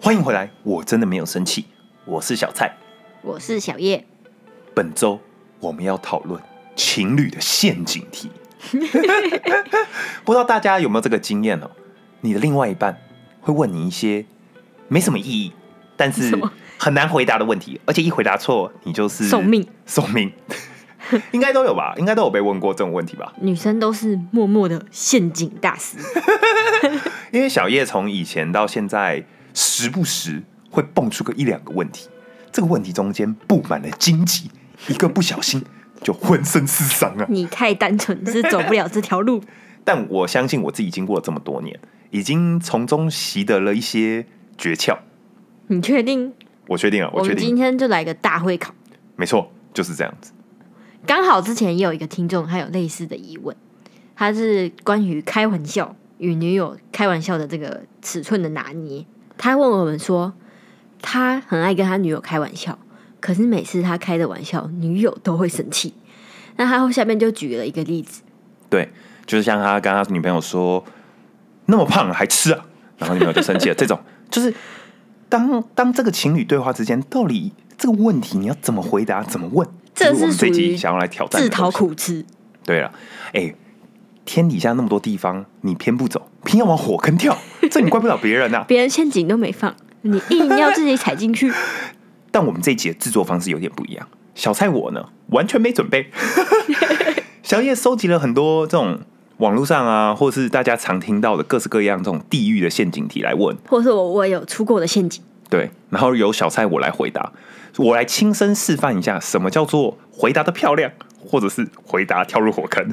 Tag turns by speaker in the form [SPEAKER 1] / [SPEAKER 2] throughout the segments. [SPEAKER 1] 欢迎回来，我真的没有生气，我是小蔡。
[SPEAKER 2] 我是小叶，
[SPEAKER 1] 本周我们要讨论情侣的陷阱 题，不知道大家有没有这个经验哦？你的另外一半会问你一些没什么意义，但是
[SPEAKER 2] 什么
[SPEAKER 1] 很难回答的问题，而且一回答错，你就是
[SPEAKER 2] 送命。
[SPEAKER 1] 送命，应该都有吧？应该都有被问过这种问题吧？
[SPEAKER 2] 女生都是默默的陷阱大 师，
[SPEAKER 1] 因为小叶从以前到现在，时不时会蹦出个一两个问题，这个问题中间布满了荆棘，一个不小心就浑身是伤啊！
[SPEAKER 2] 你太单纯是走不了这条路。
[SPEAKER 1] 但我相信我自己经过了这么多年，已经从中习得了一些诀窍。
[SPEAKER 2] 你确定？
[SPEAKER 1] 我确定 啊了，我确
[SPEAKER 2] 们今
[SPEAKER 1] 定，
[SPEAKER 2] 天就来个大会考。
[SPEAKER 1] 没错，就是这样子。
[SPEAKER 2] 刚好之前也有一个听众，他有类似的疑问，他是关于开玩笑与女友开玩笑的这个尺寸的拿捏。他问我们说，他很爱跟他女友开玩笑，可是每次他开的玩笑，女友都会生气。那他下面就举了一个例子，
[SPEAKER 1] 对，就是像他跟他女朋友说那么胖还吃啊，然后女朋友就生气了。这种就是当当这个情侣对话之间，到底这个问题你要怎么回答，怎么问？
[SPEAKER 2] 这
[SPEAKER 1] 是我
[SPEAKER 2] 是
[SPEAKER 1] 们这
[SPEAKER 2] 属
[SPEAKER 1] 一集
[SPEAKER 2] 于
[SPEAKER 1] 想要来挑战的
[SPEAKER 2] 自讨
[SPEAKER 1] 东西。
[SPEAKER 2] 苦吃。
[SPEAKER 1] 对了，哎、天底下那么多地方，你偏不走，偏要往火坑跳，这你怪不了别人呐、啊
[SPEAKER 2] 别人陷阱都没放，你硬要自己踩进去。
[SPEAKER 1] 但我们这一集的制作方式有点不一样。小蔡我呢，完全没准备。 小叶收集了很多这种网络上啊，或是大家常听到的各式各样这种地狱的陷阱题来问，
[SPEAKER 2] 或是我我有出过的陷阱，
[SPEAKER 1] 对，然后由小蔡我来回答，我来亲身示范一下什么叫做回答的漂亮，或者是回答跳入火坑。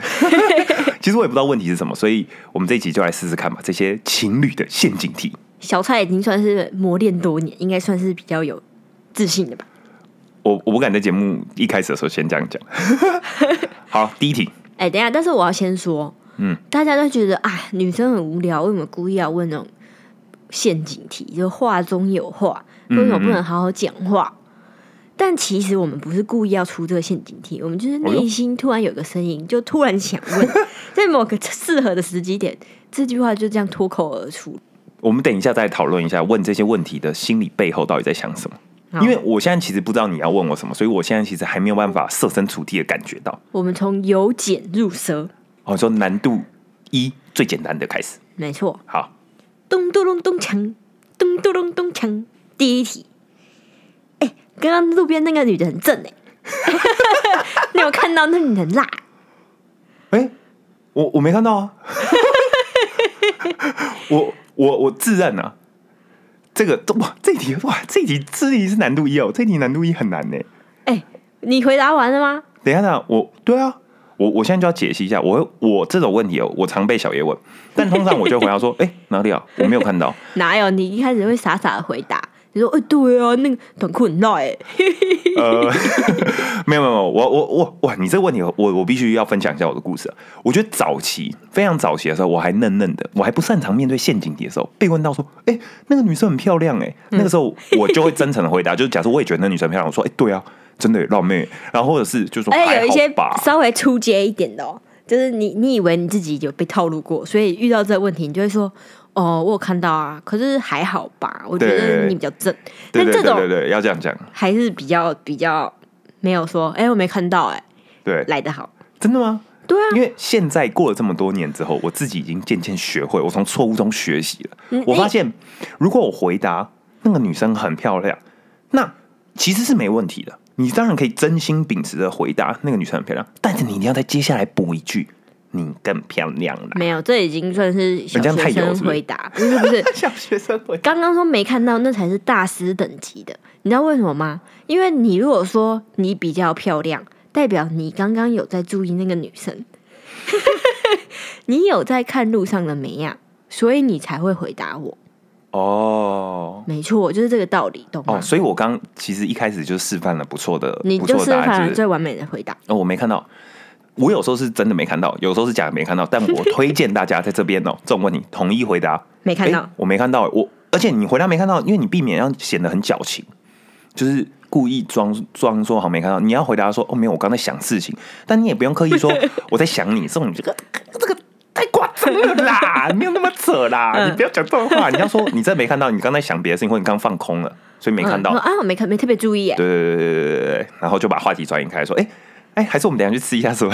[SPEAKER 1] 其实我也不知道问题是什么，所以我们这一集就来试试看吧，这些情侣的陷阱题。
[SPEAKER 2] 小蔡已经算是磨练多年，应该算是比较有自信的吧。
[SPEAKER 1] 我我不敢在节目一开始的时候先这样讲。 好，第一题，
[SPEAKER 2] 哎、等一下，但是我要先说，
[SPEAKER 1] 嗯，
[SPEAKER 2] 大家都觉得啊，女生很无聊，为什么故意要问那种陷阱题？就话中有话，为什么不能好好讲话？但其实我们不是故意要出这个陷阱题，我们就是内心突然有个声音，就突然想问，在某个适合的时机点，这句话就这样脱口而出。
[SPEAKER 1] 我们等一下再讨论一下，问这些问题的心理背后到底在想什么。
[SPEAKER 2] 好
[SPEAKER 1] 因为我现在其实不知道你要问我什么，所以我现在其实还没有办法设身处地的感觉到。
[SPEAKER 2] 我们从由简入奢，
[SPEAKER 1] 哦，说难度一最简单的开始。
[SPEAKER 2] 没错，
[SPEAKER 1] 好，
[SPEAKER 2] 咚咚咚咚锵，咚咚咚咚锵。第一题，哎、刚刚路边那个女的很正哎、 你有看到那女人辣？
[SPEAKER 1] 哎、我我没看到啊， 我我我自认啊，这个哇，这一题哇，这一题这一题是难度一哦，这一题难度一很难呢、
[SPEAKER 2] 哎、你回答完了吗？
[SPEAKER 1] 等一下呢，我对啊，我我现在就要解析一下，我会我这种问题哦，我常被小叶问，但通常我就回答说，哎、 哪里啊，我没有看到。
[SPEAKER 2] 哪有？你一开始会傻傻的回答，你说哎、对啊，那个短裤很辣哎、
[SPEAKER 1] 呃， 没有没有没有，我我我哇，你这个问题，我我必须要分享一下我的故事啊。我觉得早期非常早期的时候，我还嫩嫩的，我还不擅长面对陷阱题的时候，被问到说，哎、那个女生很漂亮哎、
[SPEAKER 2] 嗯
[SPEAKER 1] 那个时候我就会真诚的回 答，就是假设我也觉得那女生很漂亮，我说，哎、对啊，真的耶辣妹，然后或者是就说，
[SPEAKER 2] 而哎且有
[SPEAKER 1] 还
[SPEAKER 2] 一
[SPEAKER 1] 好
[SPEAKER 2] 些
[SPEAKER 1] 吧，
[SPEAKER 2] 稍微出街一点的哦，就是你你以为你自己有被套路过，所以遇到这个问题，你就会说哦，我有看到啊，可是还好吧，我觉得你比较正。
[SPEAKER 1] 对
[SPEAKER 2] 但
[SPEAKER 1] 对
[SPEAKER 2] 这
[SPEAKER 1] 对对
[SPEAKER 2] 种
[SPEAKER 1] 对，要这样讲，
[SPEAKER 2] 还是比较比较没有说，哎、我没看到、哎，
[SPEAKER 1] 对，
[SPEAKER 2] 来得好。
[SPEAKER 1] 真的吗？
[SPEAKER 2] 对啊，
[SPEAKER 1] 因为现在过了这么多年之后，我自己已经渐渐学会，我从错误中学习了
[SPEAKER 2] 嗯。
[SPEAKER 1] 我发现，如果我回答那个女生很漂亮，那其实是没问题的。你当然可以真心秉持着回答那个女生很漂亮，但是你一定要在接下来补一句“你更漂亮 了
[SPEAKER 2] 没有，这已经算是小
[SPEAKER 1] 你这样太
[SPEAKER 2] 学
[SPEAKER 1] 油
[SPEAKER 2] 生
[SPEAKER 1] 是不是
[SPEAKER 2] 回 答，不是不是”。，
[SPEAKER 1] 小学生回
[SPEAKER 2] 刚刚说没看到，那才是大师等级的。你知道为什么吗？因为你如果说你比较漂亮，代表你刚刚有在注意那个女生， 你有在看路上的美呀、所以你才会回答我。
[SPEAKER 1] 哦
[SPEAKER 2] 没错，就是这个道理，懂吗？
[SPEAKER 1] 哦，所以我刚其实一开始就示范了不错的，
[SPEAKER 2] 嗯你
[SPEAKER 1] 不
[SPEAKER 2] 就
[SPEAKER 1] 错
[SPEAKER 2] 是
[SPEAKER 1] 的答
[SPEAKER 2] 反
[SPEAKER 1] 案，是
[SPEAKER 2] 而
[SPEAKER 1] 不是
[SPEAKER 2] 最完美的回答。
[SPEAKER 1] 哦，我没看到。我有时候是真的没看到，有时候是假的没看到，但我推荐大家在这边哦，这种问题统一回答，
[SPEAKER 2] 没看到
[SPEAKER 1] 诶我没看到，我而且你回答没看到，因为你避免要显得很矫情，就是故意装装说好像没看到。你要回答说哦没有，我刚才想事情，但你也不用刻意说我在想你，这种你这个这个太夸张没有啦，没有那么扯啦，
[SPEAKER 2] 嗯
[SPEAKER 1] 你不要讲这种话。你要说你真没看到，你刚才想别的事情，或你刚放空了，所以没看到
[SPEAKER 2] 嗯。啊，我没看，没特别注意耶。
[SPEAKER 1] 对对对对对对对，然后就把话题转移开，说，哎、哎、还是我们等一下去吃一下什么？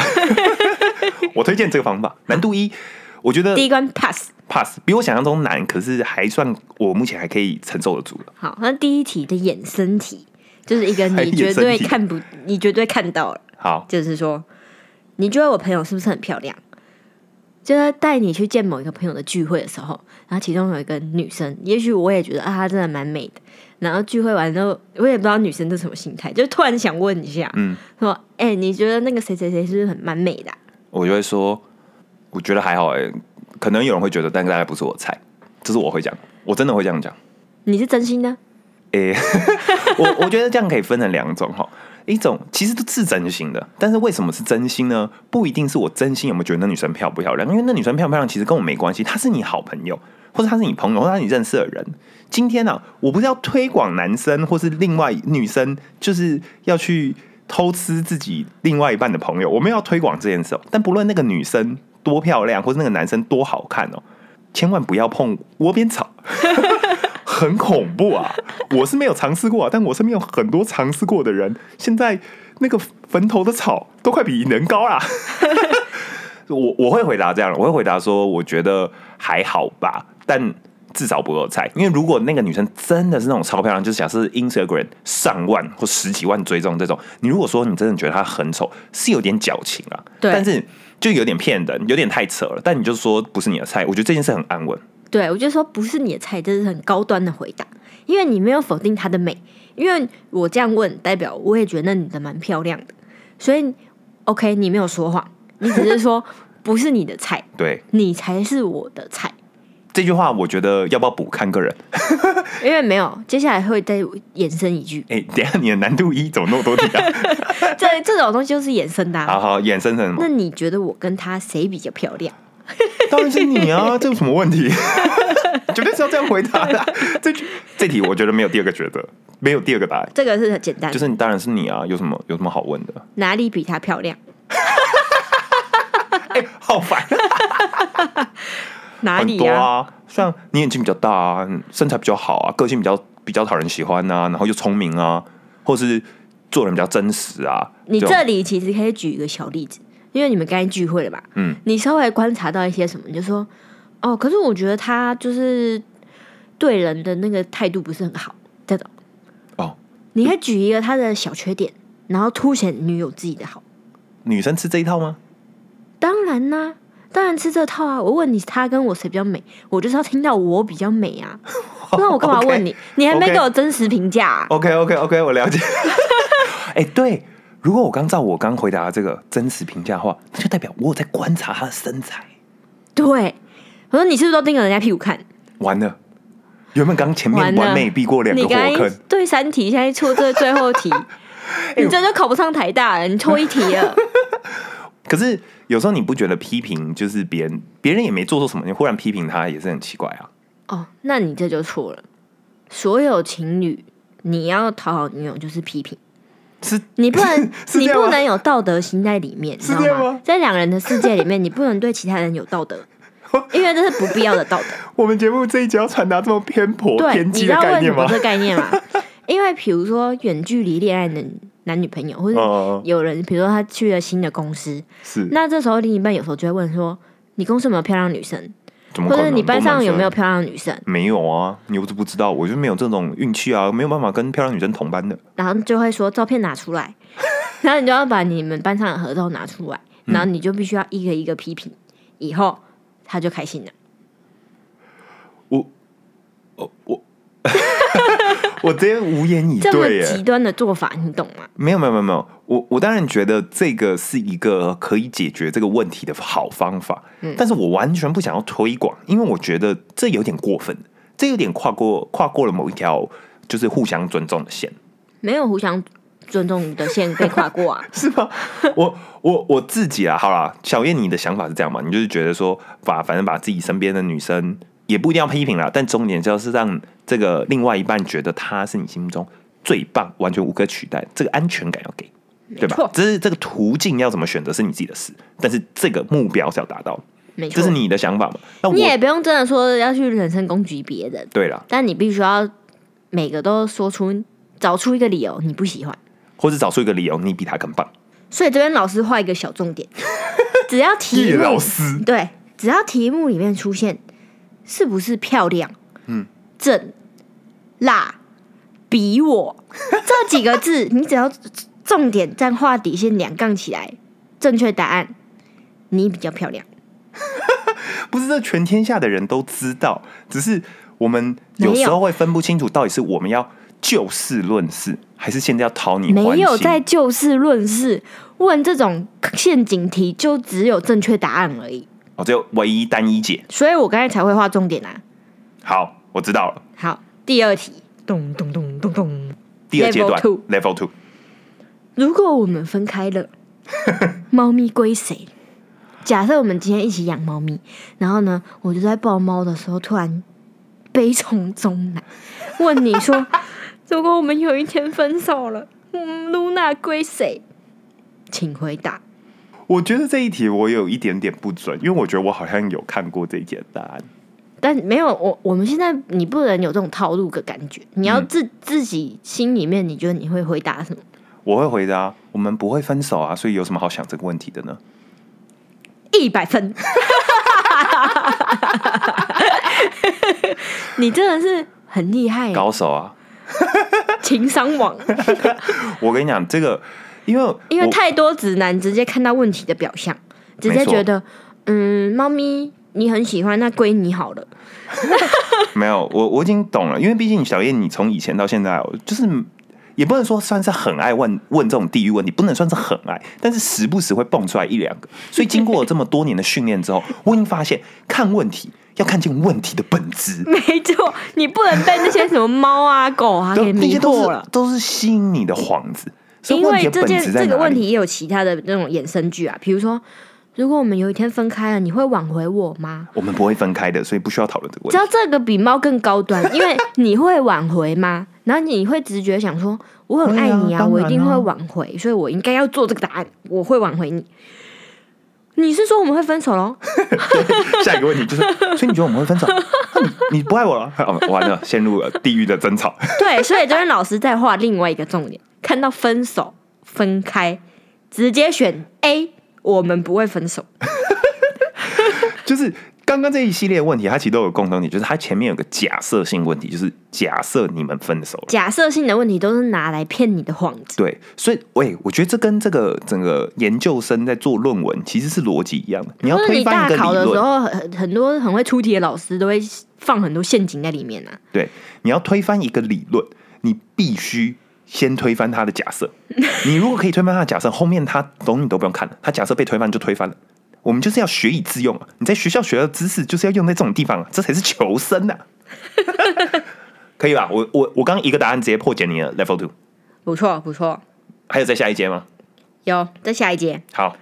[SPEAKER 1] 我推荐这个方法，难度一，我觉得
[SPEAKER 2] 第一关 pass。
[SPEAKER 1] pass 比我想象中难，可是还算我目前还可以承受得住了。
[SPEAKER 2] 好，那第一题的衍生题就是一个
[SPEAKER 1] 还
[SPEAKER 2] 你
[SPEAKER 1] 衍
[SPEAKER 2] 绝
[SPEAKER 1] 生
[SPEAKER 2] 对
[SPEAKER 1] 题
[SPEAKER 2] 看不，你绝对看到了，
[SPEAKER 1] 好，
[SPEAKER 2] 就是说，你觉得我朋友是不是很漂亮？就在带你去见某一个朋友的聚会的时候，然后其中有一个女生，也许我也觉得啊，她真的蛮美的。然后聚会完之后，我也不知道女生是什么心态，就突然想问一下，
[SPEAKER 1] 嗯，
[SPEAKER 2] 说，哎、你觉得那个谁谁谁是不是很蛮美的啊、
[SPEAKER 1] 我就会说，我觉得还好哎、可能有人会觉得，但大概不是我的菜，这是我会讲，我真的会这样讲。
[SPEAKER 2] 你是真心的？
[SPEAKER 1] 诶、我我觉得这样可以分成两种哈，一种其实都是真心的，但是为什么是真心呢？不一定是我真心有没有觉得那女生漂不漂亮，因为那女生漂不漂亮其实跟我没关系，她是你好朋友，或者她是你朋友，或者她是你认识的人。今天呢、啊，我不是要推广男生或是另外女生，就是要去偷吃自己另外一半的朋友，我们要推广这件事、哦。但不论那个女生多漂亮，或是那个男生多好看哦，千万不要碰窝边草。很恐怖啊！ 我是没有尝试过啊，但我身边有很多尝试过的人，现在那个坟头的草都快比人高啦。我我会回答这样，我会回答说，我觉得还好吧，但至少不够菜。因为如果那个女生真的是那种超漂亮，就是假设 Instagram 上万或十几万追踪这种，你如果说你真的觉得她很丑，是有点矫情啊，
[SPEAKER 2] 对
[SPEAKER 1] 但是就有点骗人，有点太扯了。但你就说不是你的菜，我觉得这件事很安稳。
[SPEAKER 2] 对，我就说不是你的菜，这是很高端的回答，因为你没有否定她的美，因为我这样问，代表我也觉得那女的蛮漂亮的，所以 OK，你没有说谎，你只是说不是你的菜，
[SPEAKER 1] 对
[SPEAKER 2] 你才是我的菜，
[SPEAKER 1] 这句话，我觉得要不要补看个人。
[SPEAKER 2] 因为没有，接下来会再衍生一句，
[SPEAKER 1] 哎、等一下你的难度一怎么那么多题 啊？
[SPEAKER 2] 这这种东西就是衍生的、啊。
[SPEAKER 1] 好好，衍生成什
[SPEAKER 2] 那
[SPEAKER 1] 么？
[SPEAKER 2] 你觉得我跟她谁比较漂亮？
[SPEAKER 1] 当然是你啊，这有什么问题？ 绝对是要这样回答的啊、 这句这题我觉得没有第二个觉得，没有第二个答案，
[SPEAKER 2] 这个是很简单，
[SPEAKER 1] 就是你当然是你啊，有什么有什么好问的？
[SPEAKER 2] 哪里比她漂亮，
[SPEAKER 1] 哎、好烦、
[SPEAKER 2] 哪
[SPEAKER 1] 很
[SPEAKER 2] 里
[SPEAKER 1] 多
[SPEAKER 2] 呀、
[SPEAKER 1] 啊，像你眼睛比较大啊，身材比较好啊，个性比较比较讨人喜欢啊，然后又聪明啊，或是做人比较真实啊。
[SPEAKER 2] 你
[SPEAKER 1] 种
[SPEAKER 2] 这里其实可以举一个小例子，因为你们刚才聚会了吧？
[SPEAKER 1] 嗯，
[SPEAKER 2] 你稍微观察到一些什么，你就说哦，可是我觉得他就是对人的那个态度不是很好，这种
[SPEAKER 1] 哦，
[SPEAKER 2] 你可以举一个他的小缺点，然后凸显女友自己的好。
[SPEAKER 1] 女生吃这一套吗？
[SPEAKER 2] 当然啦、当然吃这套啊！我问你，他跟我谁比较美，我就是要听到我比较美 啊。那我干嘛问你？你还没
[SPEAKER 1] OK 哦
[SPEAKER 2] 给我真实评价、啊。
[SPEAKER 1] OK OK OK，我了解。 哎、对，如果我刚照我刚回答的这个真实评价的话，那就代表我有在观察他的身材。
[SPEAKER 2] 对，我说你是不是都盯着人家屁股看？
[SPEAKER 1] 完了，原本刚前面
[SPEAKER 2] 完了
[SPEAKER 1] 完美避过两个
[SPEAKER 2] 你
[SPEAKER 1] 火
[SPEAKER 2] 刚才
[SPEAKER 1] 坑，哎
[SPEAKER 2] 对三题，现在错这最后 题，你这就考不上台大了，你错一题了。
[SPEAKER 1] 可是有时候你不觉得批评就是别人，别人也没做错什么，你忽然批评他也是很奇怪啊。
[SPEAKER 2] 哦，那你这就错了。所有情侣，你要讨好女友就是批评，
[SPEAKER 1] 是
[SPEAKER 2] 你不能
[SPEAKER 1] 是这
[SPEAKER 2] 你
[SPEAKER 1] 样吗
[SPEAKER 2] 不能有道德心在里面，你知
[SPEAKER 1] 是这
[SPEAKER 2] 道
[SPEAKER 1] 样
[SPEAKER 2] 吗
[SPEAKER 1] 吗？
[SPEAKER 2] 在两人的世界里面，你不能对其他人有道德，因为这是不必要的道 德。
[SPEAKER 1] 我们节目这一集要传达这么偏颇
[SPEAKER 2] 对，
[SPEAKER 1] 偏
[SPEAKER 2] 你
[SPEAKER 1] 激
[SPEAKER 2] 知
[SPEAKER 1] 的
[SPEAKER 2] 道为
[SPEAKER 1] 概
[SPEAKER 2] 什
[SPEAKER 1] 念
[SPEAKER 2] 么
[SPEAKER 1] 吗
[SPEAKER 2] 这？个概念吗？因为比如说远距离恋爱的男女朋友，或者
[SPEAKER 1] 哦，
[SPEAKER 2] 有人，比如说他去了新的公司，
[SPEAKER 1] 是
[SPEAKER 2] 那这时候另一半有时候就会问说：“你公司有没有漂亮女生？
[SPEAKER 1] 怎么
[SPEAKER 2] 或
[SPEAKER 1] 可
[SPEAKER 2] 者
[SPEAKER 1] 能
[SPEAKER 2] 你班上有没有？
[SPEAKER 1] 都男生
[SPEAKER 2] 漂亮女生
[SPEAKER 1] 没有啊，你又不是不知道，我就没有这种运气啊，没有办法跟漂亮女生同班的。？”
[SPEAKER 2] 然后就会说照片拿 出来，然后你就要把你们班上的合照拿出来，
[SPEAKER 1] 嗯
[SPEAKER 2] 然后你就必须要一个一个批评，以后他就开心了。
[SPEAKER 1] 嗯我直接无言以
[SPEAKER 2] 这么
[SPEAKER 1] 对耶。
[SPEAKER 2] 极端的做法，你懂吗？
[SPEAKER 1] 没有没有没有没有，我我当然觉得这个是一个可以解决这个问题的好方法，
[SPEAKER 2] 嗯
[SPEAKER 1] 但是我完全不想要推广，因为我觉得这有点过分，这有点跨过跨过了某一条就是互相尊重的线，，
[SPEAKER 2] 没有互相尊重的线被跨过啊
[SPEAKER 1] 是吗？我我我自己啊，好啦，小燕，你的想法是这样嘛？你就是觉得说把反正把自己身边的女生也不一定要批评啦，但重点就是让这个另外一半觉得她是你心目中最棒、完全无可取代，这个安全感要给。对吧
[SPEAKER 2] 错？
[SPEAKER 1] 只是这个途径要怎么选择是你自己的事，但是这个目标是要达到。
[SPEAKER 2] 没错
[SPEAKER 1] 这是你的想法嘛？那我
[SPEAKER 2] 你也不用真的说要去人身攻击别人，
[SPEAKER 1] 对啦，
[SPEAKER 2] 但你必须要每个都说出找出一个理由你不喜欢。
[SPEAKER 1] 或是找出一个理由，你比他更棒。
[SPEAKER 2] 所以这边老师画一个小重点， 只要题
[SPEAKER 1] 叶
[SPEAKER 2] 目
[SPEAKER 1] 老师，
[SPEAKER 2] 对，只要题目里面出现是不是漂亮，嗯，正、辣、比我这几个字， 你只要重点再画底线两杠起来，正确答案你比较漂亮，
[SPEAKER 1] 不是这全天下的人都知道，只是我们有时候会分不清楚，到底是我们要就事论事，还是现在要讨你欢心？
[SPEAKER 2] 没有在就事论事。问这种陷阱题，就只有正确答案而已，
[SPEAKER 1] 哦，只有唯一单一解。
[SPEAKER 2] 所以我刚才才会画重点啊。
[SPEAKER 1] 好，我知道了。
[SPEAKER 2] 好，第二题，
[SPEAKER 3] 咚咚咚咚咚。
[SPEAKER 1] 第二阶
[SPEAKER 2] Level
[SPEAKER 1] 段
[SPEAKER 2] two
[SPEAKER 1] level two，
[SPEAKER 2] 如果我们分开了，猫咪归谁？假设我们今天一起养猫咪，然后呢，我就在抱猫的时候突然悲从中来，问你说：“如果我们有一天分手了， 嗯，露娜归谁？”请回答。
[SPEAKER 1] 我觉得这一题我有一点点不准，因为我觉得我好像有看过这一题的答案。
[SPEAKER 2] 但没有我，我们现在你不能有这种套路的感觉，你要自、自己心里面，你觉得你会回答什么？
[SPEAKER 1] 我会回答，我们不会分手啊，所以有什么好想这个问题的呢？
[SPEAKER 2] 一百分。 你真的是很厉害耶，
[SPEAKER 1] 高手啊！
[SPEAKER 2] 情商 网，
[SPEAKER 1] 我跟你讲，这个因为
[SPEAKER 2] 因为
[SPEAKER 1] 我
[SPEAKER 2] 太多直男直接看到问题的表象，直接
[SPEAKER 1] 没错
[SPEAKER 2] 觉得，嗯，猫咪你很喜欢，那归你 好了。
[SPEAKER 1] 没有，我我已经懂了，因为毕竟小燕，你从以前到现在，就是也不能说算是很爱问问这种地域问题，不能算是很爱，但是时不时会蹦出来一两个。所以经过我这么多年的训练之后， 我已经发现看问题要看见问题的本质，
[SPEAKER 2] 没错，你不能被那些什么猫啊、狗啊给
[SPEAKER 1] 对那
[SPEAKER 2] 迷
[SPEAKER 1] 些 都
[SPEAKER 2] 惑
[SPEAKER 1] 是
[SPEAKER 2] 了。
[SPEAKER 1] 都是吸引你的幌子。所以
[SPEAKER 2] 因
[SPEAKER 1] 问题的
[SPEAKER 2] 为这
[SPEAKER 1] 本
[SPEAKER 2] 件
[SPEAKER 1] 质在
[SPEAKER 2] 这个
[SPEAKER 1] 哪
[SPEAKER 2] 问
[SPEAKER 1] 里？
[SPEAKER 2] 题也有其他的那种衍生剧啊，比如说，如果我们有一天分开了，你会挽回我吗？
[SPEAKER 1] 我们不会分开的，所以不需要讨论这个问
[SPEAKER 2] 知
[SPEAKER 1] 题。
[SPEAKER 2] 道这个比猫更高端，因为你会挽回吗？ 然后你会直觉想说，我很爱你
[SPEAKER 1] 对啊当
[SPEAKER 2] 啊，
[SPEAKER 1] 然啊
[SPEAKER 2] 我一定会挽回，所以我应该要做这个答案，我会挽回你。你是说我们会分手喽？
[SPEAKER 1] 下一个问题就是，所以你觉得我们会分手？那你你不爱我了？哦完了，陷入了地狱的争吵。
[SPEAKER 2] 对，所以这边老师再画另外一个重点，看到分手、分开，直接选 A，我们不会分手。
[SPEAKER 1] 就是刚刚这一系列问题，它其实都有共同点，就是它前面有个假设性问题，就是假设你们分手了。
[SPEAKER 2] 假设性的问题都是拿来骗你的幌子。
[SPEAKER 1] 对，所以喂，我觉得这跟这个整个研究生在做论文其实是逻辑一样的。你要
[SPEAKER 2] 或者
[SPEAKER 1] 推
[SPEAKER 2] 你
[SPEAKER 1] 翻
[SPEAKER 2] 大
[SPEAKER 1] 一个
[SPEAKER 2] 考
[SPEAKER 1] 理
[SPEAKER 2] 的时
[SPEAKER 1] 论，
[SPEAKER 2] 候，很很多很会出题的老师都会放很多陷阱在里面啊。
[SPEAKER 1] 对，你要推翻一个理论，你必须先推翻他的假设。你如果可以推翻他的假设，后面他东西都不用看了，他假设被推翻就推翻了。我们就是要学以致用啊！你在学校学的知识就是要用在这种地方啊，这才是求生啊！可以吧？我我我刚刚一个答案直接破解你的 level two。
[SPEAKER 2] 不错，不错。
[SPEAKER 1] 还有再下一阶吗？
[SPEAKER 2] 有，在下一阶，
[SPEAKER 1] 好，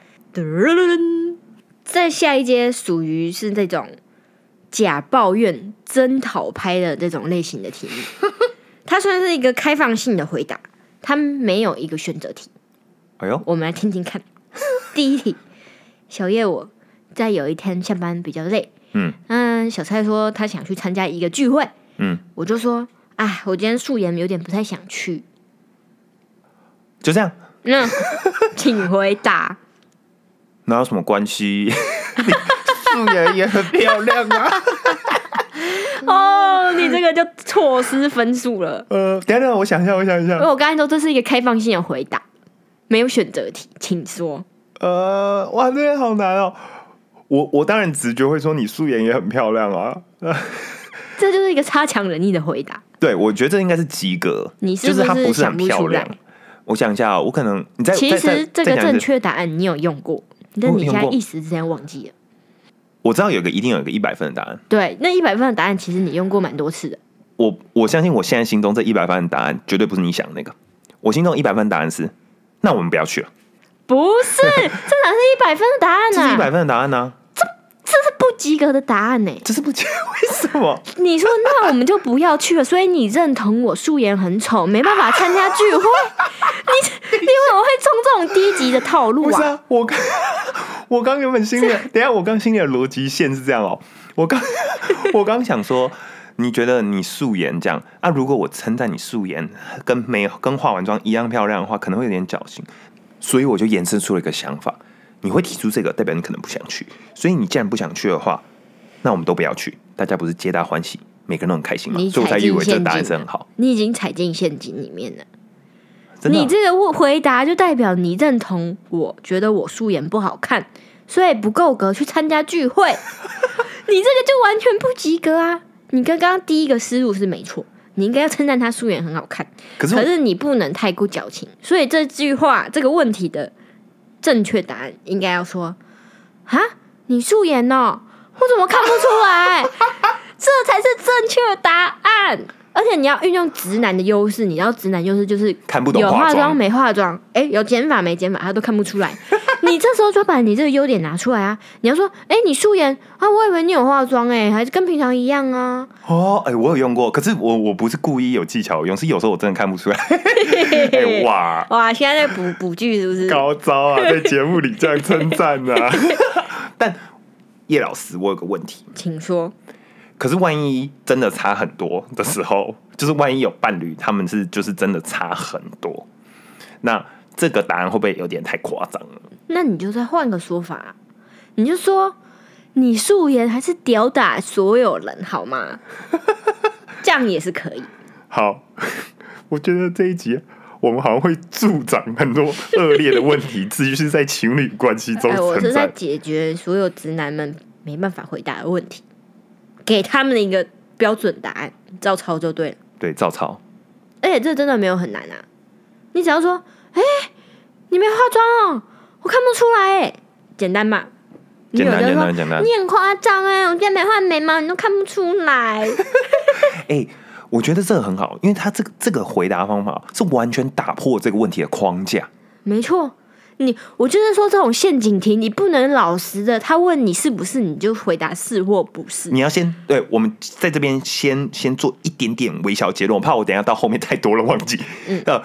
[SPEAKER 2] 在下一阶属于是这种假抱怨、真讨拍的这种类型的题 目。它算是一个开放性的回答，它没有一个选择题。
[SPEAKER 1] 哎呦，
[SPEAKER 2] 我们来听听 看。第一题，小叶我在有一天下班比较累，
[SPEAKER 1] 嗯
[SPEAKER 2] 嗯，小蔡说他想去参加一个聚会，
[SPEAKER 1] 嗯，
[SPEAKER 2] 我就说，哎，我今天素颜有点不太想去。
[SPEAKER 1] 就这样，
[SPEAKER 2] 那请回答。
[SPEAKER 1] 哪有什么关系？ 你素颜也很漂亮啊。
[SPEAKER 2] 哦，你这个就错失分数了。
[SPEAKER 1] 呃，等一下等一下，我想一下，我想一
[SPEAKER 2] 因为
[SPEAKER 1] 下。
[SPEAKER 2] 我刚才说这是一个开放性的回答，没有选择题，请说。
[SPEAKER 1] 呃，哇，这个好难哦。我我当然直觉会说你素颜也很漂亮啊。
[SPEAKER 2] 这就是一个差强人意的回答。
[SPEAKER 1] 对，我觉得这应该是及格。
[SPEAKER 2] 你是
[SPEAKER 1] 就
[SPEAKER 2] 不是
[SPEAKER 1] 是她不是很漂
[SPEAKER 2] 想不
[SPEAKER 1] 亮？我想一下哦，我可能你再
[SPEAKER 2] 其
[SPEAKER 1] 再再
[SPEAKER 2] 实这
[SPEAKER 1] 再
[SPEAKER 2] 个
[SPEAKER 1] 讲一
[SPEAKER 2] 正
[SPEAKER 1] 次
[SPEAKER 2] 确答案你有用过，但
[SPEAKER 1] 我
[SPEAKER 2] 你现
[SPEAKER 1] 用
[SPEAKER 2] 在
[SPEAKER 1] 过
[SPEAKER 2] 一时之间忘记了。
[SPEAKER 1] 我知道有一个一定有一个一百分的答案。
[SPEAKER 2] 对，那一百分的答案其实你用过蛮多次的。
[SPEAKER 1] 我我相信我现在心中这一百分的答案绝对不是你想的那个。我心中一百分的答案是，那我们不要去了。
[SPEAKER 2] 不 是，这哪是一百分的答啊案
[SPEAKER 1] 这是一
[SPEAKER 2] 呢、
[SPEAKER 1] 百分的答案呢、
[SPEAKER 2] 这是不及格的答案呢、
[SPEAKER 1] 这是不解 为什么？
[SPEAKER 2] 你说那我们就不要去了，所以你认同我素颜很丑，没办法参加聚 会。你你为什么会中这种低级的套路
[SPEAKER 1] 不是
[SPEAKER 2] 啊？
[SPEAKER 1] 啊，我我 我刚原本心 里的，等一下我刚心里的逻辑线是这样哦、我刚 我刚想说，你觉得你素颜这样啊？如果我称赞你素颜跟没有跟化完妆一样漂亮的话，可能会有点侥幸，所以我就延伸出了一个想法，你会提出这个，代表你可能不想去，所以你既然不想去的话，那我们都不要去，大家不是皆大欢喜，每个人都很开心嘛，
[SPEAKER 2] 你
[SPEAKER 1] 所以我才
[SPEAKER 2] 踩
[SPEAKER 1] 以
[SPEAKER 2] 进
[SPEAKER 1] 为这个
[SPEAKER 2] 陷
[SPEAKER 1] 答案是
[SPEAKER 2] 阱
[SPEAKER 1] 很好
[SPEAKER 2] 了，，你已经踩进陷阱里面了。
[SPEAKER 1] 真的啊、
[SPEAKER 2] 你这个回答就代表你认同我觉得我素颜不好看，所以不够格去参加 聚会。你这个就完全不及格啊！你刚刚第一个思路是没错，你应该要称赞他素颜很好看，
[SPEAKER 1] 可是我
[SPEAKER 2] 可是你不能太过矫情。所以这句话这个问题的正确答案应该要说：啊，你素颜哦，我怎么看不出 来？这才是正确答案。而且你要运用直男的优势，你知道直男优势就是
[SPEAKER 1] 看不懂
[SPEAKER 2] 有
[SPEAKER 1] 化
[SPEAKER 2] 化
[SPEAKER 1] 妆
[SPEAKER 2] 妆没化妆，哎、有剪发没剪发，他都看不出来。 你这时候就把你这个优点拿出来啊！你要说，哎、你素颜啊，我以为你有化妆哎、还是跟平常一样啊。
[SPEAKER 1] 哦，哎、我有用过，可是我我不是故意有技巧用，是有时候我真的看不出来。哎、哇，
[SPEAKER 2] 哇，现在在补补剧是不是？
[SPEAKER 1] 高招啊，在节目里这样称赞啊！ 但叶老师，我有个问题，
[SPEAKER 2] 请说。
[SPEAKER 1] 可是万一真的差很多的时候，就是万一有伴侣，他们是就是真的差很多，那这个答案会不会有点太夸张了？
[SPEAKER 2] 那你就再换个说法啊，你就说你素颜还是吊打所有人好吗？ 这样也是可以。
[SPEAKER 1] 好， 我觉得这一集我们好像会助长很多恶劣的问题，至于是在情侣关系中
[SPEAKER 2] 哎，我是在解决所有直男们没办法回答的问题，给他们的一个标准答案，照抄就对了。
[SPEAKER 1] 对，照抄。
[SPEAKER 2] 而且这真的没有很难啊，你只要说，哎、你没化妆哦，我看不出来、哎，简单吧？你
[SPEAKER 1] 简
[SPEAKER 2] 有
[SPEAKER 1] 单
[SPEAKER 2] 的
[SPEAKER 1] 简单
[SPEAKER 2] 说
[SPEAKER 1] 简单
[SPEAKER 2] 你很夸张哎，我今天没画眉毛，你都看不出来。
[SPEAKER 1] 哎、我觉得这个很好，因为他这个这个回答方法是完全打破这个问题的框架。
[SPEAKER 2] 没错，你我就是说这种陷阱题，你不能老实的，他问你是不是，你就回答是或不是。
[SPEAKER 1] 你要先对我们在这边先先做一点点微小结论，我怕我等一下到后面太多了忘记。嗯，呃，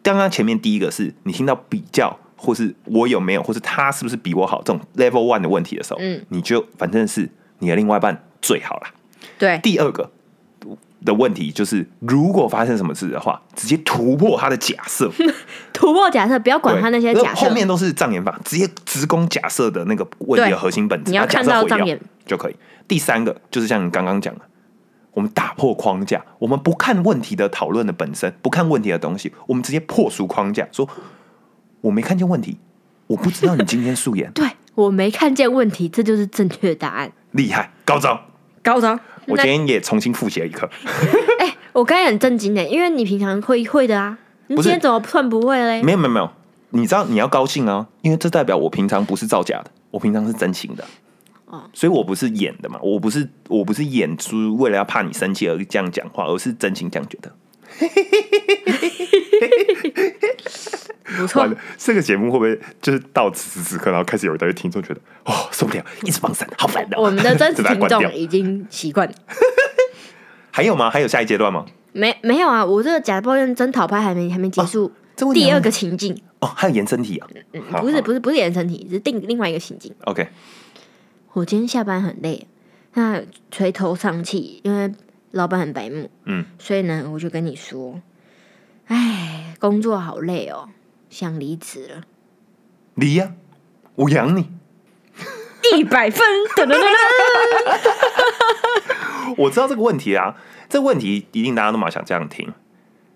[SPEAKER 1] 刚刚前面第一个是你听到比较。或是我有没有，或是他是不是比我好这种 level one 的问题的时候，
[SPEAKER 2] 嗯
[SPEAKER 1] 你就反正是你的另外一半最好啦。
[SPEAKER 2] 对，
[SPEAKER 1] 第二个的问题就是，如果发生什么事的话，直接突破他的假设，
[SPEAKER 2] 突破假设，不要管
[SPEAKER 1] 对
[SPEAKER 2] 他那些
[SPEAKER 1] 然后
[SPEAKER 2] 假设
[SPEAKER 1] 后。面都是障眼法，直接直攻假设的那个问题的
[SPEAKER 2] 对
[SPEAKER 1] 核心本质，
[SPEAKER 2] 你要
[SPEAKER 1] 把假
[SPEAKER 2] 看
[SPEAKER 1] 设
[SPEAKER 2] 到
[SPEAKER 1] 毁掉
[SPEAKER 2] 障眼
[SPEAKER 1] 就可以。第三个就是像你刚刚讲的，我们打破框架，我们不看问题的讨论的本身，不看问题的东西，我们直接破除框架，说我没看见问题，我不知道你今天素颜
[SPEAKER 2] 对我没看见问题，这就是正确的答案。
[SPEAKER 1] 厉害高招。
[SPEAKER 2] 高招，
[SPEAKER 1] 我
[SPEAKER 2] 那
[SPEAKER 1] 今天也重新复习了一课，
[SPEAKER 2] 哎、我刚才很震惊的，因为你平常会会的啊，你
[SPEAKER 1] 不是
[SPEAKER 2] 今天怎么算不会嘞？
[SPEAKER 1] 没有没有没有，你知道你要高兴啊，因为这代表我平常不是造假的，我平常是真心的。
[SPEAKER 2] 哦
[SPEAKER 1] 所以我不是演的嘛，我不是我不是演出为了要怕你生气而这样讲话，而是真心这样觉得。
[SPEAKER 2] 不错，，
[SPEAKER 1] 这个节目会不会就是到此时此刻，然后开始有一堆听众觉得哦受不了，一直放生，好烦的、
[SPEAKER 2] 我们的真实
[SPEAKER 1] 就把它
[SPEAKER 2] 听
[SPEAKER 1] 关掉
[SPEAKER 2] 众已经习惯了。
[SPEAKER 1] 还有吗？还有下一阶段吗？
[SPEAKER 2] 没没有啊，我这个假抱怨真讨拍还没还没
[SPEAKER 1] 哦
[SPEAKER 2] 结束。
[SPEAKER 1] 这问题
[SPEAKER 2] 第
[SPEAKER 1] 还
[SPEAKER 2] 二
[SPEAKER 1] 没
[SPEAKER 2] 个情境，
[SPEAKER 1] 哦，还有延伸题啊？
[SPEAKER 2] 嗯，
[SPEAKER 1] 好
[SPEAKER 2] 不是
[SPEAKER 1] 好
[SPEAKER 2] 不是不是延伸题，是另另外一个情境。
[SPEAKER 1] OK，
[SPEAKER 2] 我今天下班很累，那垂头丧气，因为老板很白目，
[SPEAKER 1] 嗯，
[SPEAKER 2] 所以呢，我就跟你说，哎，工作好累哦，想离职了，
[SPEAKER 1] 离呀、我养你。
[SPEAKER 2] 一百 分，噔噔噔噔，
[SPEAKER 1] 我知道这个问题啊，这个问题一定大家都蛮想这样听，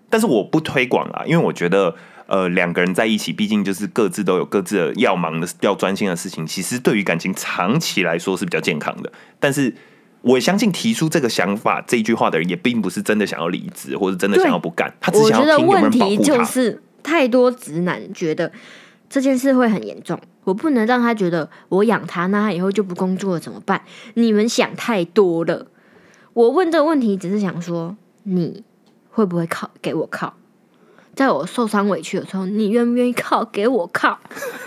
[SPEAKER 1] 但是我不推广啊，因为我觉得呃两个人在一起，毕竟就是各自都有各自的要忙的、要专心的事情，其实对于感情长期来说是比较健康的。但是我相信提出这个想法这一句话的人，也并不是真的想要离职，或者真的
[SPEAKER 2] 对
[SPEAKER 1] 想要不干，他只
[SPEAKER 2] 我
[SPEAKER 1] 想
[SPEAKER 2] 觉
[SPEAKER 1] 要
[SPEAKER 2] 得
[SPEAKER 1] 听有没有
[SPEAKER 2] 问
[SPEAKER 1] 人保护
[SPEAKER 2] 题就
[SPEAKER 1] 他。
[SPEAKER 2] 是太多直男觉得这件事会很严重，我不能让他觉得我养他，那他以后就不工作了怎么办？你们想太多了。我问这个问题只是想说，你会不会靠给我靠？在我受伤委屈的时候，你愿不愿意靠给我 靠？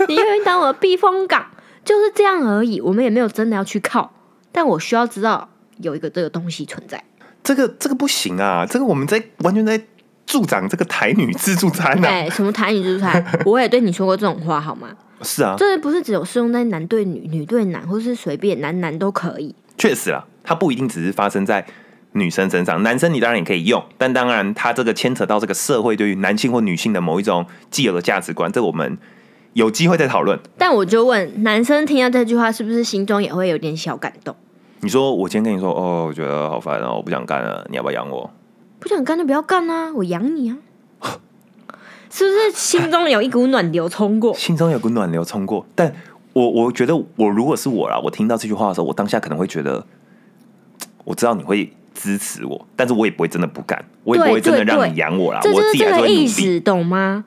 [SPEAKER 2] 你愿不愿意当我的避风港？就是这样而已，我们也没有真的要去靠，但我需要知道有一个这个东西存在。
[SPEAKER 1] 这个这个不行啊，这个我们在完全在助长这个台女自助餐啊。
[SPEAKER 2] 哎、什么谈女之谈，我也对你说过这种话好吗？
[SPEAKER 1] 是啊，
[SPEAKER 2] 这不是只有适用在男对女、女对男，或是随便男男都可以。
[SPEAKER 1] 确实啊，它不一定只是发生在女生身上，男生你当然也可以用，但当然它这个牵扯到这个社会对于男性或女性的某一种既有的价值观，这我们有机会再讨论。
[SPEAKER 2] 但我就问，男生听到这句话，是不是心中也会有点小感动？
[SPEAKER 1] 你说我今天跟你说，哦，我觉得好烦哦，我不想干了，你要不要养我？
[SPEAKER 2] 不想干就不要干啊，我养你啊！ 是不是心中有一股暖流冲过？
[SPEAKER 1] 心中有股暖流冲过，但我我觉得我如果是我啦，我听到这句话的时候，我当下可能会觉得，嘖我知道你会支持我，但是我也不会真的不干，我也不会真的
[SPEAKER 2] 对对
[SPEAKER 1] 让你养我啦，
[SPEAKER 2] 这
[SPEAKER 1] 啊我
[SPEAKER 2] 就
[SPEAKER 1] 自己
[SPEAKER 2] 是这
[SPEAKER 1] 还是
[SPEAKER 2] 个
[SPEAKER 1] 会努
[SPEAKER 2] 意
[SPEAKER 1] 力。
[SPEAKER 2] 思，懂吗？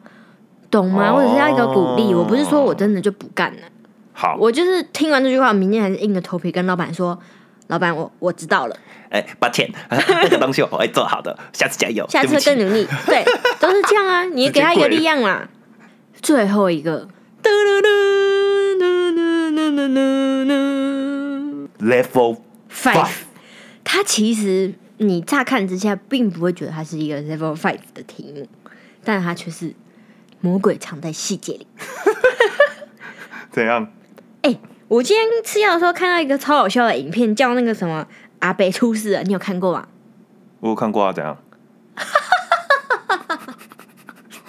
[SPEAKER 2] 懂吗？
[SPEAKER 1] 哦
[SPEAKER 2] 我只是要一个鼓励，我不是说我真的就不干了。
[SPEAKER 1] 好，
[SPEAKER 2] 我就是听完这句话，明天还是硬着头皮跟老板说：“老板，我我知道了，
[SPEAKER 1] 哎、抱 歉，这个东西我会做好的，下次加油，
[SPEAKER 2] 下次
[SPEAKER 1] 对
[SPEAKER 2] 会
[SPEAKER 1] 不起
[SPEAKER 2] 更努力。”对，都是这样啊，你也给他一个力量啦。最后一个，嘟噜噜噜噜噜噜噜噜
[SPEAKER 1] level
[SPEAKER 2] five，它其实你乍看之下并不会觉得它是一个 level five 的题目，但它却是魔鬼藏在细节里。
[SPEAKER 1] 怎样？
[SPEAKER 2] 哎、我今天吃药的时候看到一个超好笑的影片，叫那个什么阿北出事了，你有看过吗？
[SPEAKER 1] 我有看过啊，怎 样？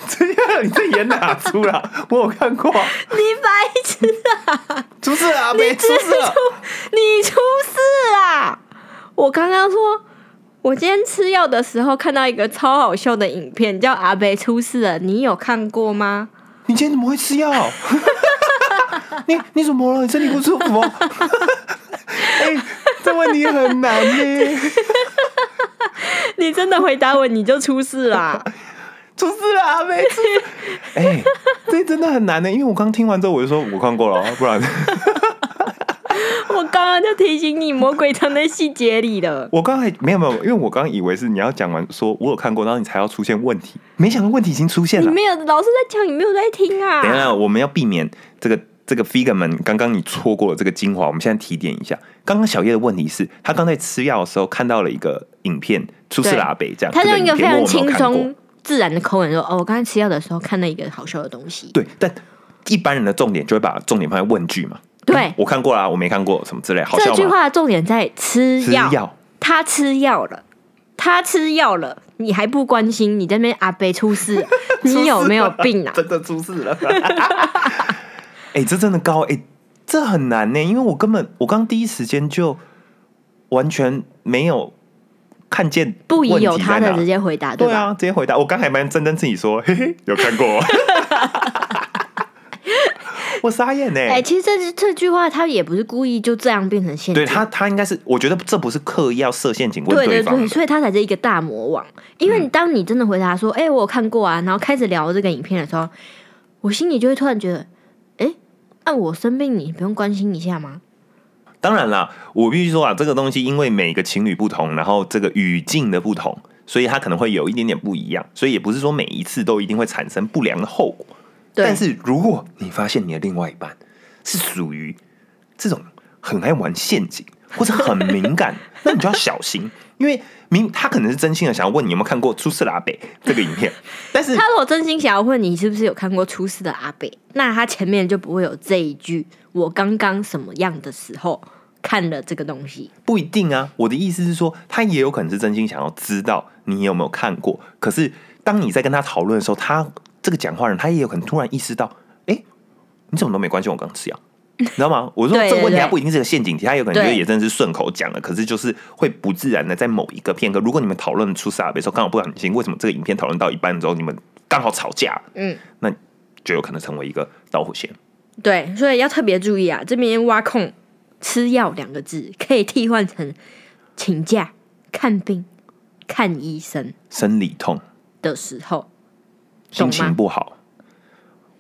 [SPEAKER 1] 怎样？你在演哪出啦？我有看过啊，
[SPEAKER 2] 你白痴啊！
[SPEAKER 1] 出事了，没出事了，
[SPEAKER 2] 你出事啦！我刚刚说，我今天吃药的时候看到一个超好笑的影片，叫阿北出事了，你有看过吗？
[SPEAKER 1] 你今天怎么会吃药？ 你你怎么了？你身体不舒服哦？ 哎、这问题很难呢。
[SPEAKER 2] 你真的回答我，你就出事啦！
[SPEAKER 1] 出事了，啊没出事。哎、这真的很难呢，因为我刚听完之后我就说我看过了哦，不然
[SPEAKER 2] 我刚刚就提醒你，魔鬼藏在细节里了。
[SPEAKER 1] 我刚才没有没有，因为我刚刚以为是你要讲完说我有看过，然后你才要出现问题，没想到问题已经出现
[SPEAKER 2] 你
[SPEAKER 1] 了。
[SPEAKER 2] 没有，老师在讲，你没有在听啊！
[SPEAKER 1] 等一下，我们要避免这个这个 figure 们刚刚你错过了这个精华，我们现在提点一下。刚刚小叶的问题是，他刚才吃药的时候看到了一个影片，出事了阿北这样，
[SPEAKER 2] 他
[SPEAKER 1] 这
[SPEAKER 2] 用一
[SPEAKER 1] 个影
[SPEAKER 2] 个
[SPEAKER 1] 片
[SPEAKER 2] 非常
[SPEAKER 1] 我没
[SPEAKER 2] 轻
[SPEAKER 1] 有看过
[SPEAKER 2] 松。自然的口吻说：“哦，我刚才吃药的时候看到一个好笑的东西。
[SPEAKER 1] 对，但一般人的重点就会把重点放在问句嘛。
[SPEAKER 2] 对
[SPEAKER 1] 嗯我看过啦，我没看过什么之类，”好
[SPEAKER 2] 这
[SPEAKER 1] 笑
[SPEAKER 2] 句
[SPEAKER 1] 吗？
[SPEAKER 2] 话的重点在吃
[SPEAKER 1] 吃
[SPEAKER 2] 药，
[SPEAKER 1] 药，
[SPEAKER 2] 他吃药了，他吃药了，你还不关心，你在那边阿贝出 事了，你有没有病啊？
[SPEAKER 1] 真的出事 了。哎、这真的高哎、这很难呢、因为我根本我刚第一时间就完全没有看见
[SPEAKER 2] 不疑
[SPEAKER 1] 问题
[SPEAKER 2] 有他
[SPEAKER 1] 在
[SPEAKER 2] 的
[SPEAKER 1] 哪
[SPEAKER 2] 直接回答，
[SPEAKER 1] 对
[SPEAKER 2] 吧？
[SPEAKER 1] 啊，直接回答。我刚还蛮真真自己说， 嘿嘿，有看 过。我傻眼呢、
[SPEAKER 2] 哎、其实这这句话他也不是故意就这样变成陷阱，
[SPEAKER 1] 对他，他应该是，我觉得这不是刻意要设陷阱问
[SPEAKER 2] 对对
[SPEAKER 1] 方嗯
[SPEAKER 2] 对，所以他才是一个大魔王。因为当你真的回答说：“哎、我有看过啊。”然后开始聊这个影片的时候，我心里就会突然觉得：“哎、按、我生病，你不用关心一下吗？
[SPEAKER 1] 当然啦，我必须说啊，这个东西因为每个情侣不同，然后这个语境的不同，所以它可能会有一点点不一样。所以也不是说每一次都一定会产生不良的后果。
[SPEAKER 2] 对
[SPEAKER 1] 但是如果你发现你的另外一半是属于这种很爱玩陷阱或者很敏感，那你就要小心，因为明他可能是真心的想要问你有没有看过《出事拉北》这个影片，但是
[SPEAKER 2] 他如果真心想要问你是不是有看过《出事的阿北》，那他前面就不会有这一句“我刚刚什么样的时候看了这个东西
[SPEAKER 1] 不一定啊。我的意思是说，他也有可能是真心想要知道你有没有看过。可是当你在跟他讨论的时候，他这个讲话人，他也有可能突然意识到，哎、你怎么都没关心我刚吃药，你知道吗？我说
[SPEAKER 2] 对
[SPEAKER 1] 这个问题
[SPEAKER 2] 对
[SPEAKER 1] 它不一定是个陷阱题，它有可能就
[SPEAKER 2] 对
[SPEAKER 1] 是也真的是顺口讲了，可是就是会不自然的在某一个片刻，如果你们讨论出事啊，比如说刚好不小心，为什么这个影片讨论到一半之后，你们刚好吵架，
[SPEAKER 2] 嗯，
[SPEAKER 1] 那就有可能成为一个导火线。”。
[SPEAKER 2] 对，所以要特别注意啊！这边挖空“吃药”两个字可以替换成请假、看病、看医生
[SPEAKER 1] 生理痛，
[SPEAKER 2] 的时候，
[SPEAKER 1] 心
[SPEAKER 2] 懂
[SPEAKER 1] 情
[SPEAKER 2] 吗
[SPEAKER 1] 不好。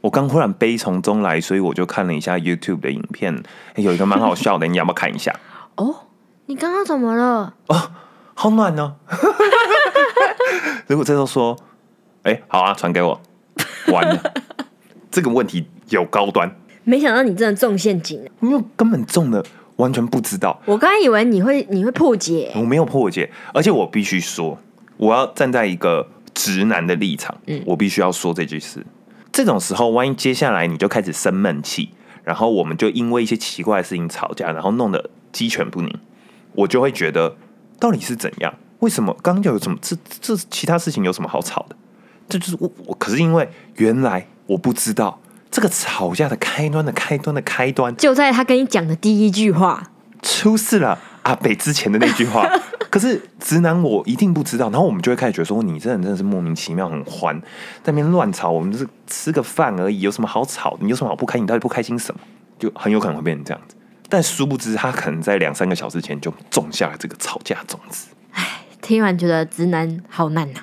[SPEAKER 1] 我刚忽然悲从中来，所以我就看了一下 YouTube 的影片，诶有一个蛮好笑的，你要不要看一下？
[SPEAKER 2] 哦，你刚刚怎么了？
[SPEAKER 1] 好暖哦！ 如果这时候说，哎、好啊，传给我，完了，这个问题有高 端，
[SPEAKER 2] 没想到你真的中陷阱了，
[SPEAKER 1] 因为根本中的完全不知道，
[SPEAKER 2] 我刚刚以为你会你会破解，
[SPEAKER 1] 我没有破解，而且我必须说，我要站在一个直男的立场，我必须要说这句事。这种时候，万一接下来你就开始生闷气，然后我们就因为一些奇怪的事情吵架，然后弄得鸡犬不宁，我就会觉得到底是怎样？为什么刚刚有什么这这这其他事情有什么好吵的？这就是我我可是因为原来我不知道这个吵架的开端的开端的开端
[SPEAKER 2] 就在他跟你讲的第一句话，
[SPEAKER 1] 出事了阿北之前的那句话。 可是直男我一定不知道，然后我们就会开始觉得说，你这人真的是莫名其妙，很欢，在那边乱吵，我们就是吃个饭而已，有什么好吵？你有什么好不开心？你到底不开心什么？就很有可能会变成这样子。但殊不知，他可能在两三个小时前就种下了这个吵架种子。
[SPEAKER 2] 听完觉得直男好难啊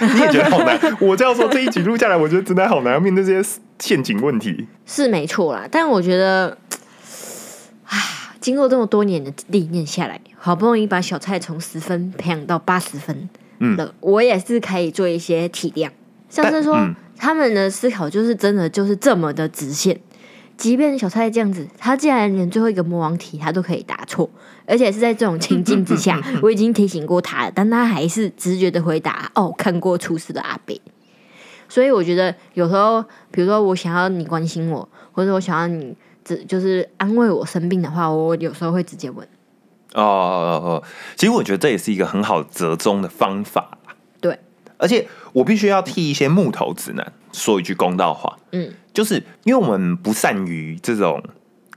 [SPEAKER 2] 呐、
[SPEAKER 1] 你也觉得好难？我这样说，这一集录下来，我觉得直男好难，要面对这些陷阱问题。
[SPEAKER 2] 是没错啦。但我觉得，啊，经过这么多年的历练下来，好不容易把小蔡从十分培养到八十分
[SPEAKER 1] 嗯
[SPEAKER 2] 了，我也是可以做一些体谅。像是说，
[SPEAKER 1] 但嗯
[SPEAKER 2] 他们的思考就是真的就是这么的直线。即便小蔡这样子，他竟然连最后一个魔王题他都可以答错，而且是在这种情境之 下，我已经提醒过他了，但他还是直觉的回答：“哦，看过出事的阿北。”所以我觉得有时候，比如说我想要你关心我，或者我想要你只就是安慰我生病的话，我有时候会直接问。
[SPEAKER 1] 哦哦哦哦，其实我觉得这也是一个很好折中的方法。
[SPEAKER 2] 对，
[SPEAKER 1] 而且我必须要替一些木头直男说一句公道话，
[SPEAKER 2] 嗯，
[SPEAKER 1] 就是因为我们不善于这种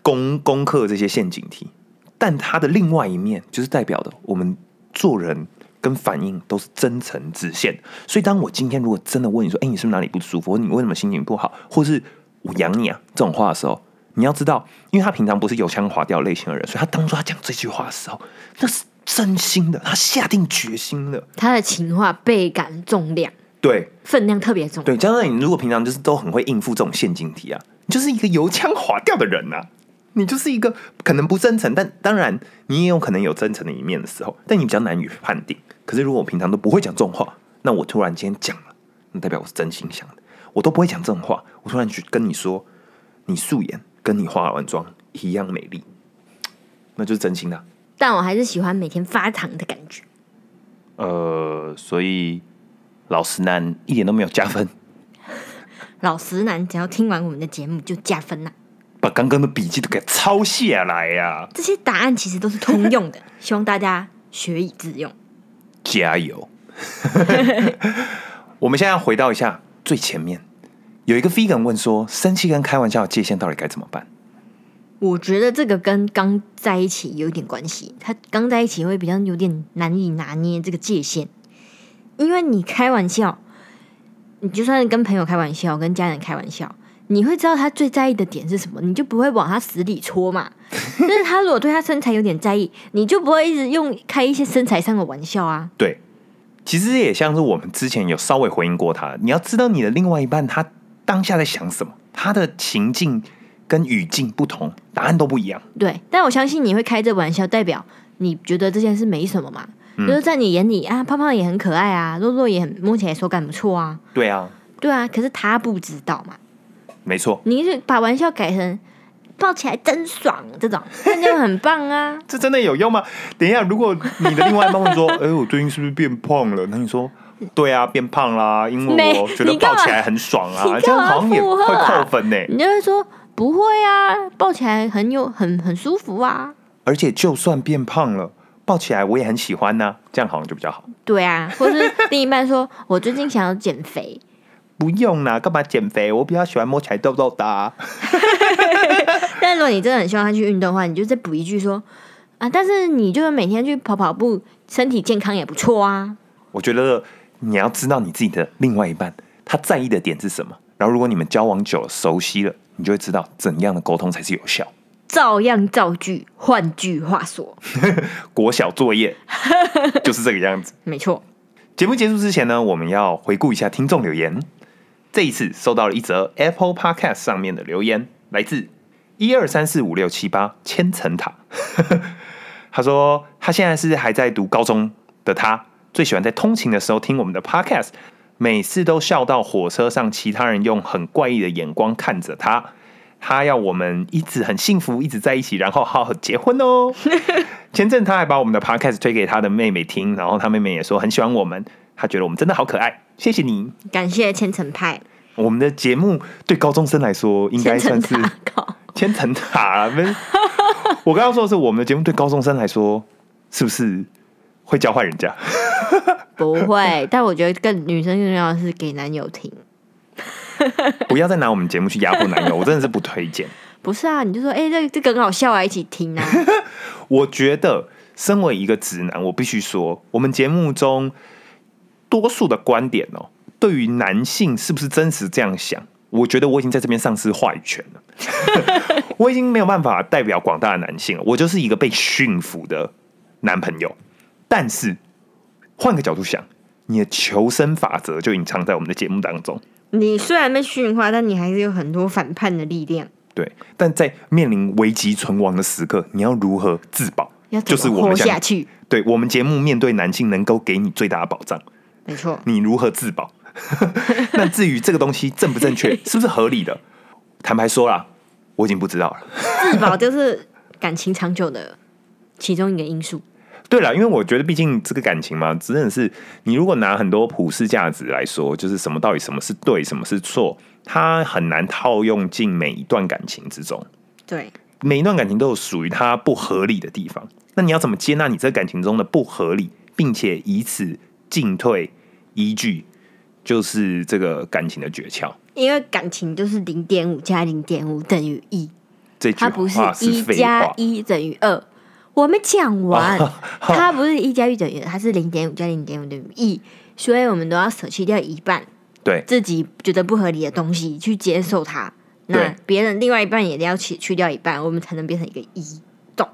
[SPEAKER 1] 攻攻克这些陷阱题，但它的另外一面就是代表的我们做人跟反应都是真诚直线。所以，当我今天如果真的问你说：“哎、你是不是哪里不舒服？或你为什么心情不好？”或是“我养你啊”这种话的时候，你要知道，因为他平常不是油腔滑调类型的人，所以他当初他讲这句话的时候，那是真心的，他下定决心的。
[SPEAKER 2] 他的情话倍感重量，
[SPEAKER 1] 对，
[SPEAKER 2] 分量特别重。
[SPEAKER 1] 对，加上你如果平常就是都很会应付这种陷阱题啊，你就是一个油腔滑调的人呐、你就是一个可能不真诚，但当然你也有可能有真诚的一面的时候，但你比较难以判定。可是如果我平常都不会讲这种话，那我突然间讲了，那代表我是真心想的。我都不会讲这种话，我突然去跟你说，你素颜跟你化完妆一样美丽，那就是真心的啊、
[SPEAKER 2] 但我还是喜欢每天发糖的感觉。
[SPEAKER 1] 呃，所以老实男一点都没有加分，
[SPEAKER 2] 老实男只要听完我们的节目就加分啊啦、
[SPEAKER 1] 把刚刚的笔记都给抄下来啊呀、
[SPEAKER 2] 啊这些答案其实都是通用的， 希望大家学以致用。
[SPEAKER 1] 加油！ 我们现在要回到一下最前面，有一个 vegan 问说，生气跟开玩笑的界限到底该怎么办？
[SPEAKER 2] 我觉得这个跟刚在一起有一点关系，他刚在一起会比较有点难以拿捏这个界限，因为你开玩笑，你就算跟朋友开玩笑，跟家人开玩笑，你会知道他最在意的点是什么，你就不会往他死里戳嘛。但是他如果对他身材有点在意，你就不会一直用开一些身材上的玩笑啊。
[SPEAKER 1] 对，其实也像是我们之前有稍微回应过他，你要知道你的另外一半他当下在想什么，他的情境跟语境不同，答案都不一样。
[SPEAKER 2] 对，但我相信你会开这玩笑，代表你觉得这件事没什么嘛，就是在你眼里啊，胖胖也很可爱啊，肉肉也很摸起来手感不错啊，
[SPEAKER 1] 对啊，
[SPEAKER 2] 对啊，可是他不知道嘛，
[SPEAKER 1] 没错，。
[SPEAKER 2] 你是把玩笑改成抱起来真爽这种，那就很棒啊
[SPEAKER 1] 这真的有用吗？等一下，如果你的另外一半问说：“ 哎、我最近是不是变胖了？”那你说：“对啊，变胖啦，因为
[SPEAKER 2] 没
[SPEAKER 1] 我觉得
[SPEAKER 2] 你干
[SPEAKER 1] 抱
[SPEAKER 2] 嘛
[SPEAKER 1] 起来很爽啊。
[SPEAKER 2] 你干”嘛
[SPEAKER 1] 这样好像也
[SPEAKER 2] 附
[SPEAKER 1] 会
[SPEAKER 2] 和啊
[SPEAKER 1] 扣分呢、
[SPEAKER 2] 你就会说不会啊，抱起来很有很很舒服啊，
[SPEAKER 1] 而且就算变胖了，抱起来我也很喜欢呐、这样好像就比较好。
[SPEAKER 2] 对啊，或是另一半说我最近想要减肥，
[SPEAKER 1] 不用啦，干嘛减肥？我比较喜欢摸起来痘痘的、啊。
[SPEAKER 2] 但如果你真的很希望他去运动的话，你就再补一句说啊，但是你就是每天去跑跑步，身体健康也不错啊。
[SPEAKER 1] 我觉得你要知道你自己的另外一半他在意的点是什么，然后如果你们交往久了、熟悉了，你就会知道怎样的沟通才是有效。
[SPEAKER 2] 照样造句，换句话说，
[SPEAKER 1] 国小作业 就是这个样子。
[SPEAKER 2] 没错。
[SPEAKER 1] 节目结束之前呢，我们要回顾一下听众留言。这一次收到了一则 Apple Podcast 上面的留言，来自一二三四五六七八千层塔。 他说他现在是还在读高中的他，最喜欢在通勤的时候听我们的 Podcast，每次都笑到火车上其他人用很怪异的眼光看着他。他要我们一直很幸福，一直在一起，然后好好结婚哦。前阵他还把我们的 podcast 推给他的妹妹听，然后他妹妹也说很喜欢我们，他觉得我们真的好可爱，谢谢你。
[SPEAKER 2] 感谢千层派，
[SPEAKER 1] 我们的节目对高中生来说应该
[SPEAKER 2] 千层
[SPEAKER 1] 算是
[SPEAKER 2] 塔靠，
[SPEAKER 1] 千层塔。不是我刚刚说的是我们的节目对高中生来说是不是会教坏人家？
[SPEAKER 2] 不会。但我觉得更女生更重要的是给男友听，
[SPEAKER 1] 不要再拿我们节目去压迫男友，我真的是不推荐。
[SPEAKER 2] 不是啊？你就说，哎、这这个很好笑啊，一起听啊。
[SPEAKER 1] 我觉得，身为一个直男，我必须说，我们节目中多数的观点哦，对于男性是不是真实这样想，我觉得我已经在这边丧失话语权 了。我已经没有办法代表广大的男性了，我就是一个被驯服的男朋友。但是，换个角度想，你的求生法则就隐藏在我们的节目当中。
[SPEAKER 2] 你虽然被驯化，但你还是有很多反叛的力量。
[SPEAKER 1] 对，但在面临危机存亡的时刻，你要如何自保？
[SPEAKER 2] 要
[SPEAKER 1] 就
[SPEAKER 2] 怎么
[SPEAKER 1] 是我
[SPEAKER 2] 活
[SPEAKER 1] 们
[SPEAKER 2] 下
[SPEAKER 1] 想
[SPEAKER 2] 去，
[SPEAKER 1] 对我们节目面对男性能够给你最大的保障，
[SPEAKER 2] 没错。
[SPEAKER 1] 你如何自保？那至于这个东西正不正确，是不是合理的？坦白说啦，我已经不知道了。
[SPEAKER 2] 自保就是感情长久的其中一个因素。
[SPEAKER 1] 对了，因为我觉得毕竟这个感情嘛，真的是你如果拿很多普世价值来说，就是什么到底什么是对，什么是错，它很难套用进每一段感情之中。
[SPEAKER 2] 对，
[SPEAKER 1] 每一段感情都有属于它不合理的地方。那你要怎么接纳你这感情中的不合理，并且以此进退依据，就是这个感情的诀窍。
[SPEAKER 2] 因为感情就是零点五加零点五等于一，
[SPEAKER 1] 这句
[SPEAKER 2] 它不
[SPEAKER 1] 话
[SPEAKER 2] 一
[SPEAKER 1] 废
[SPEAKER 2] 加
[SPEAKER 1] 话。啊
[SPEAKER 2] 一等于二。我没讲完， 它不是一加一等于二，它是零点五加零点五等于一，所以我们都要舍弃掉一半
[SPEAKER 1] 对
[SPEAKER 2] 自己觉得不合理的东西，去接受它。那
[SPEAKER 1] 对
[SPEAKER 2] 别人另外一半也要去去掉一半，我们才能变成一个一。懂？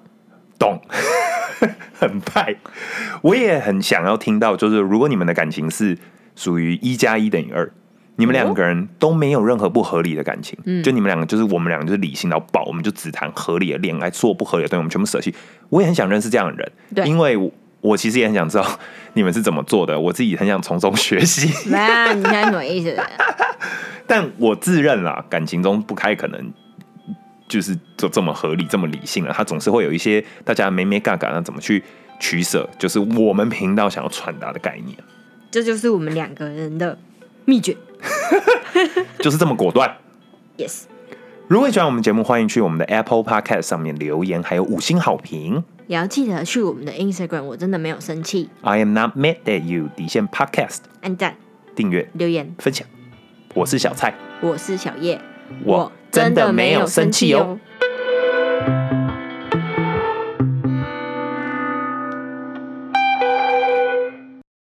[SPEAKER 1] 懂， 很派。我也很想要听到，就是如果你们的感情是属于一加一等于二，你们两个人都没有任何不合理的感情，就你们两个就是我们两个就是理性到爆，我们就只谈合理的恋爱，做不合理的东西我们全部舍弃。我也很想认识这样的人，
[SPEAKER 2] 对
[SPEAKER 1] 因为我我其实也很想知道你们是怎么做的，我自己很想从中学习。
[SPEAKER 2] 那你现在什么意思？啊
[SPEAKER 1] 但我自认啦，感情中不太可能就是这这么合理、这么理性了。他总是会有一些大家没没嘎嘎，那怎么去取舍，就是我们频道想要传达的概念，
[SPEAKER 2] 这就是我们两个人的秘诀。
[SPEAKER 1] 就是这么果断。
[SPEAKER 2] Yes，
[SPEAKER 1] 如果你喜欢我们节目，欢迎去我们的 Apple Podcast 上面留言，还有五星好评。
[SPEAKER 2] 也要记得去我们的 Instagram，我真的没有生气，
[SPEAKER 1] I am not mad at you，底线 Podcast
[SPEAKER 2] 按赞
[SPEAKER 1] 订阅
[SPEAKER 2] 留言。
[SPEAKER 1] 分享。我是小蔡，
[SPEAKER 2] 我是小叶，
[SPEAKER 1] 我真的没有生气哦。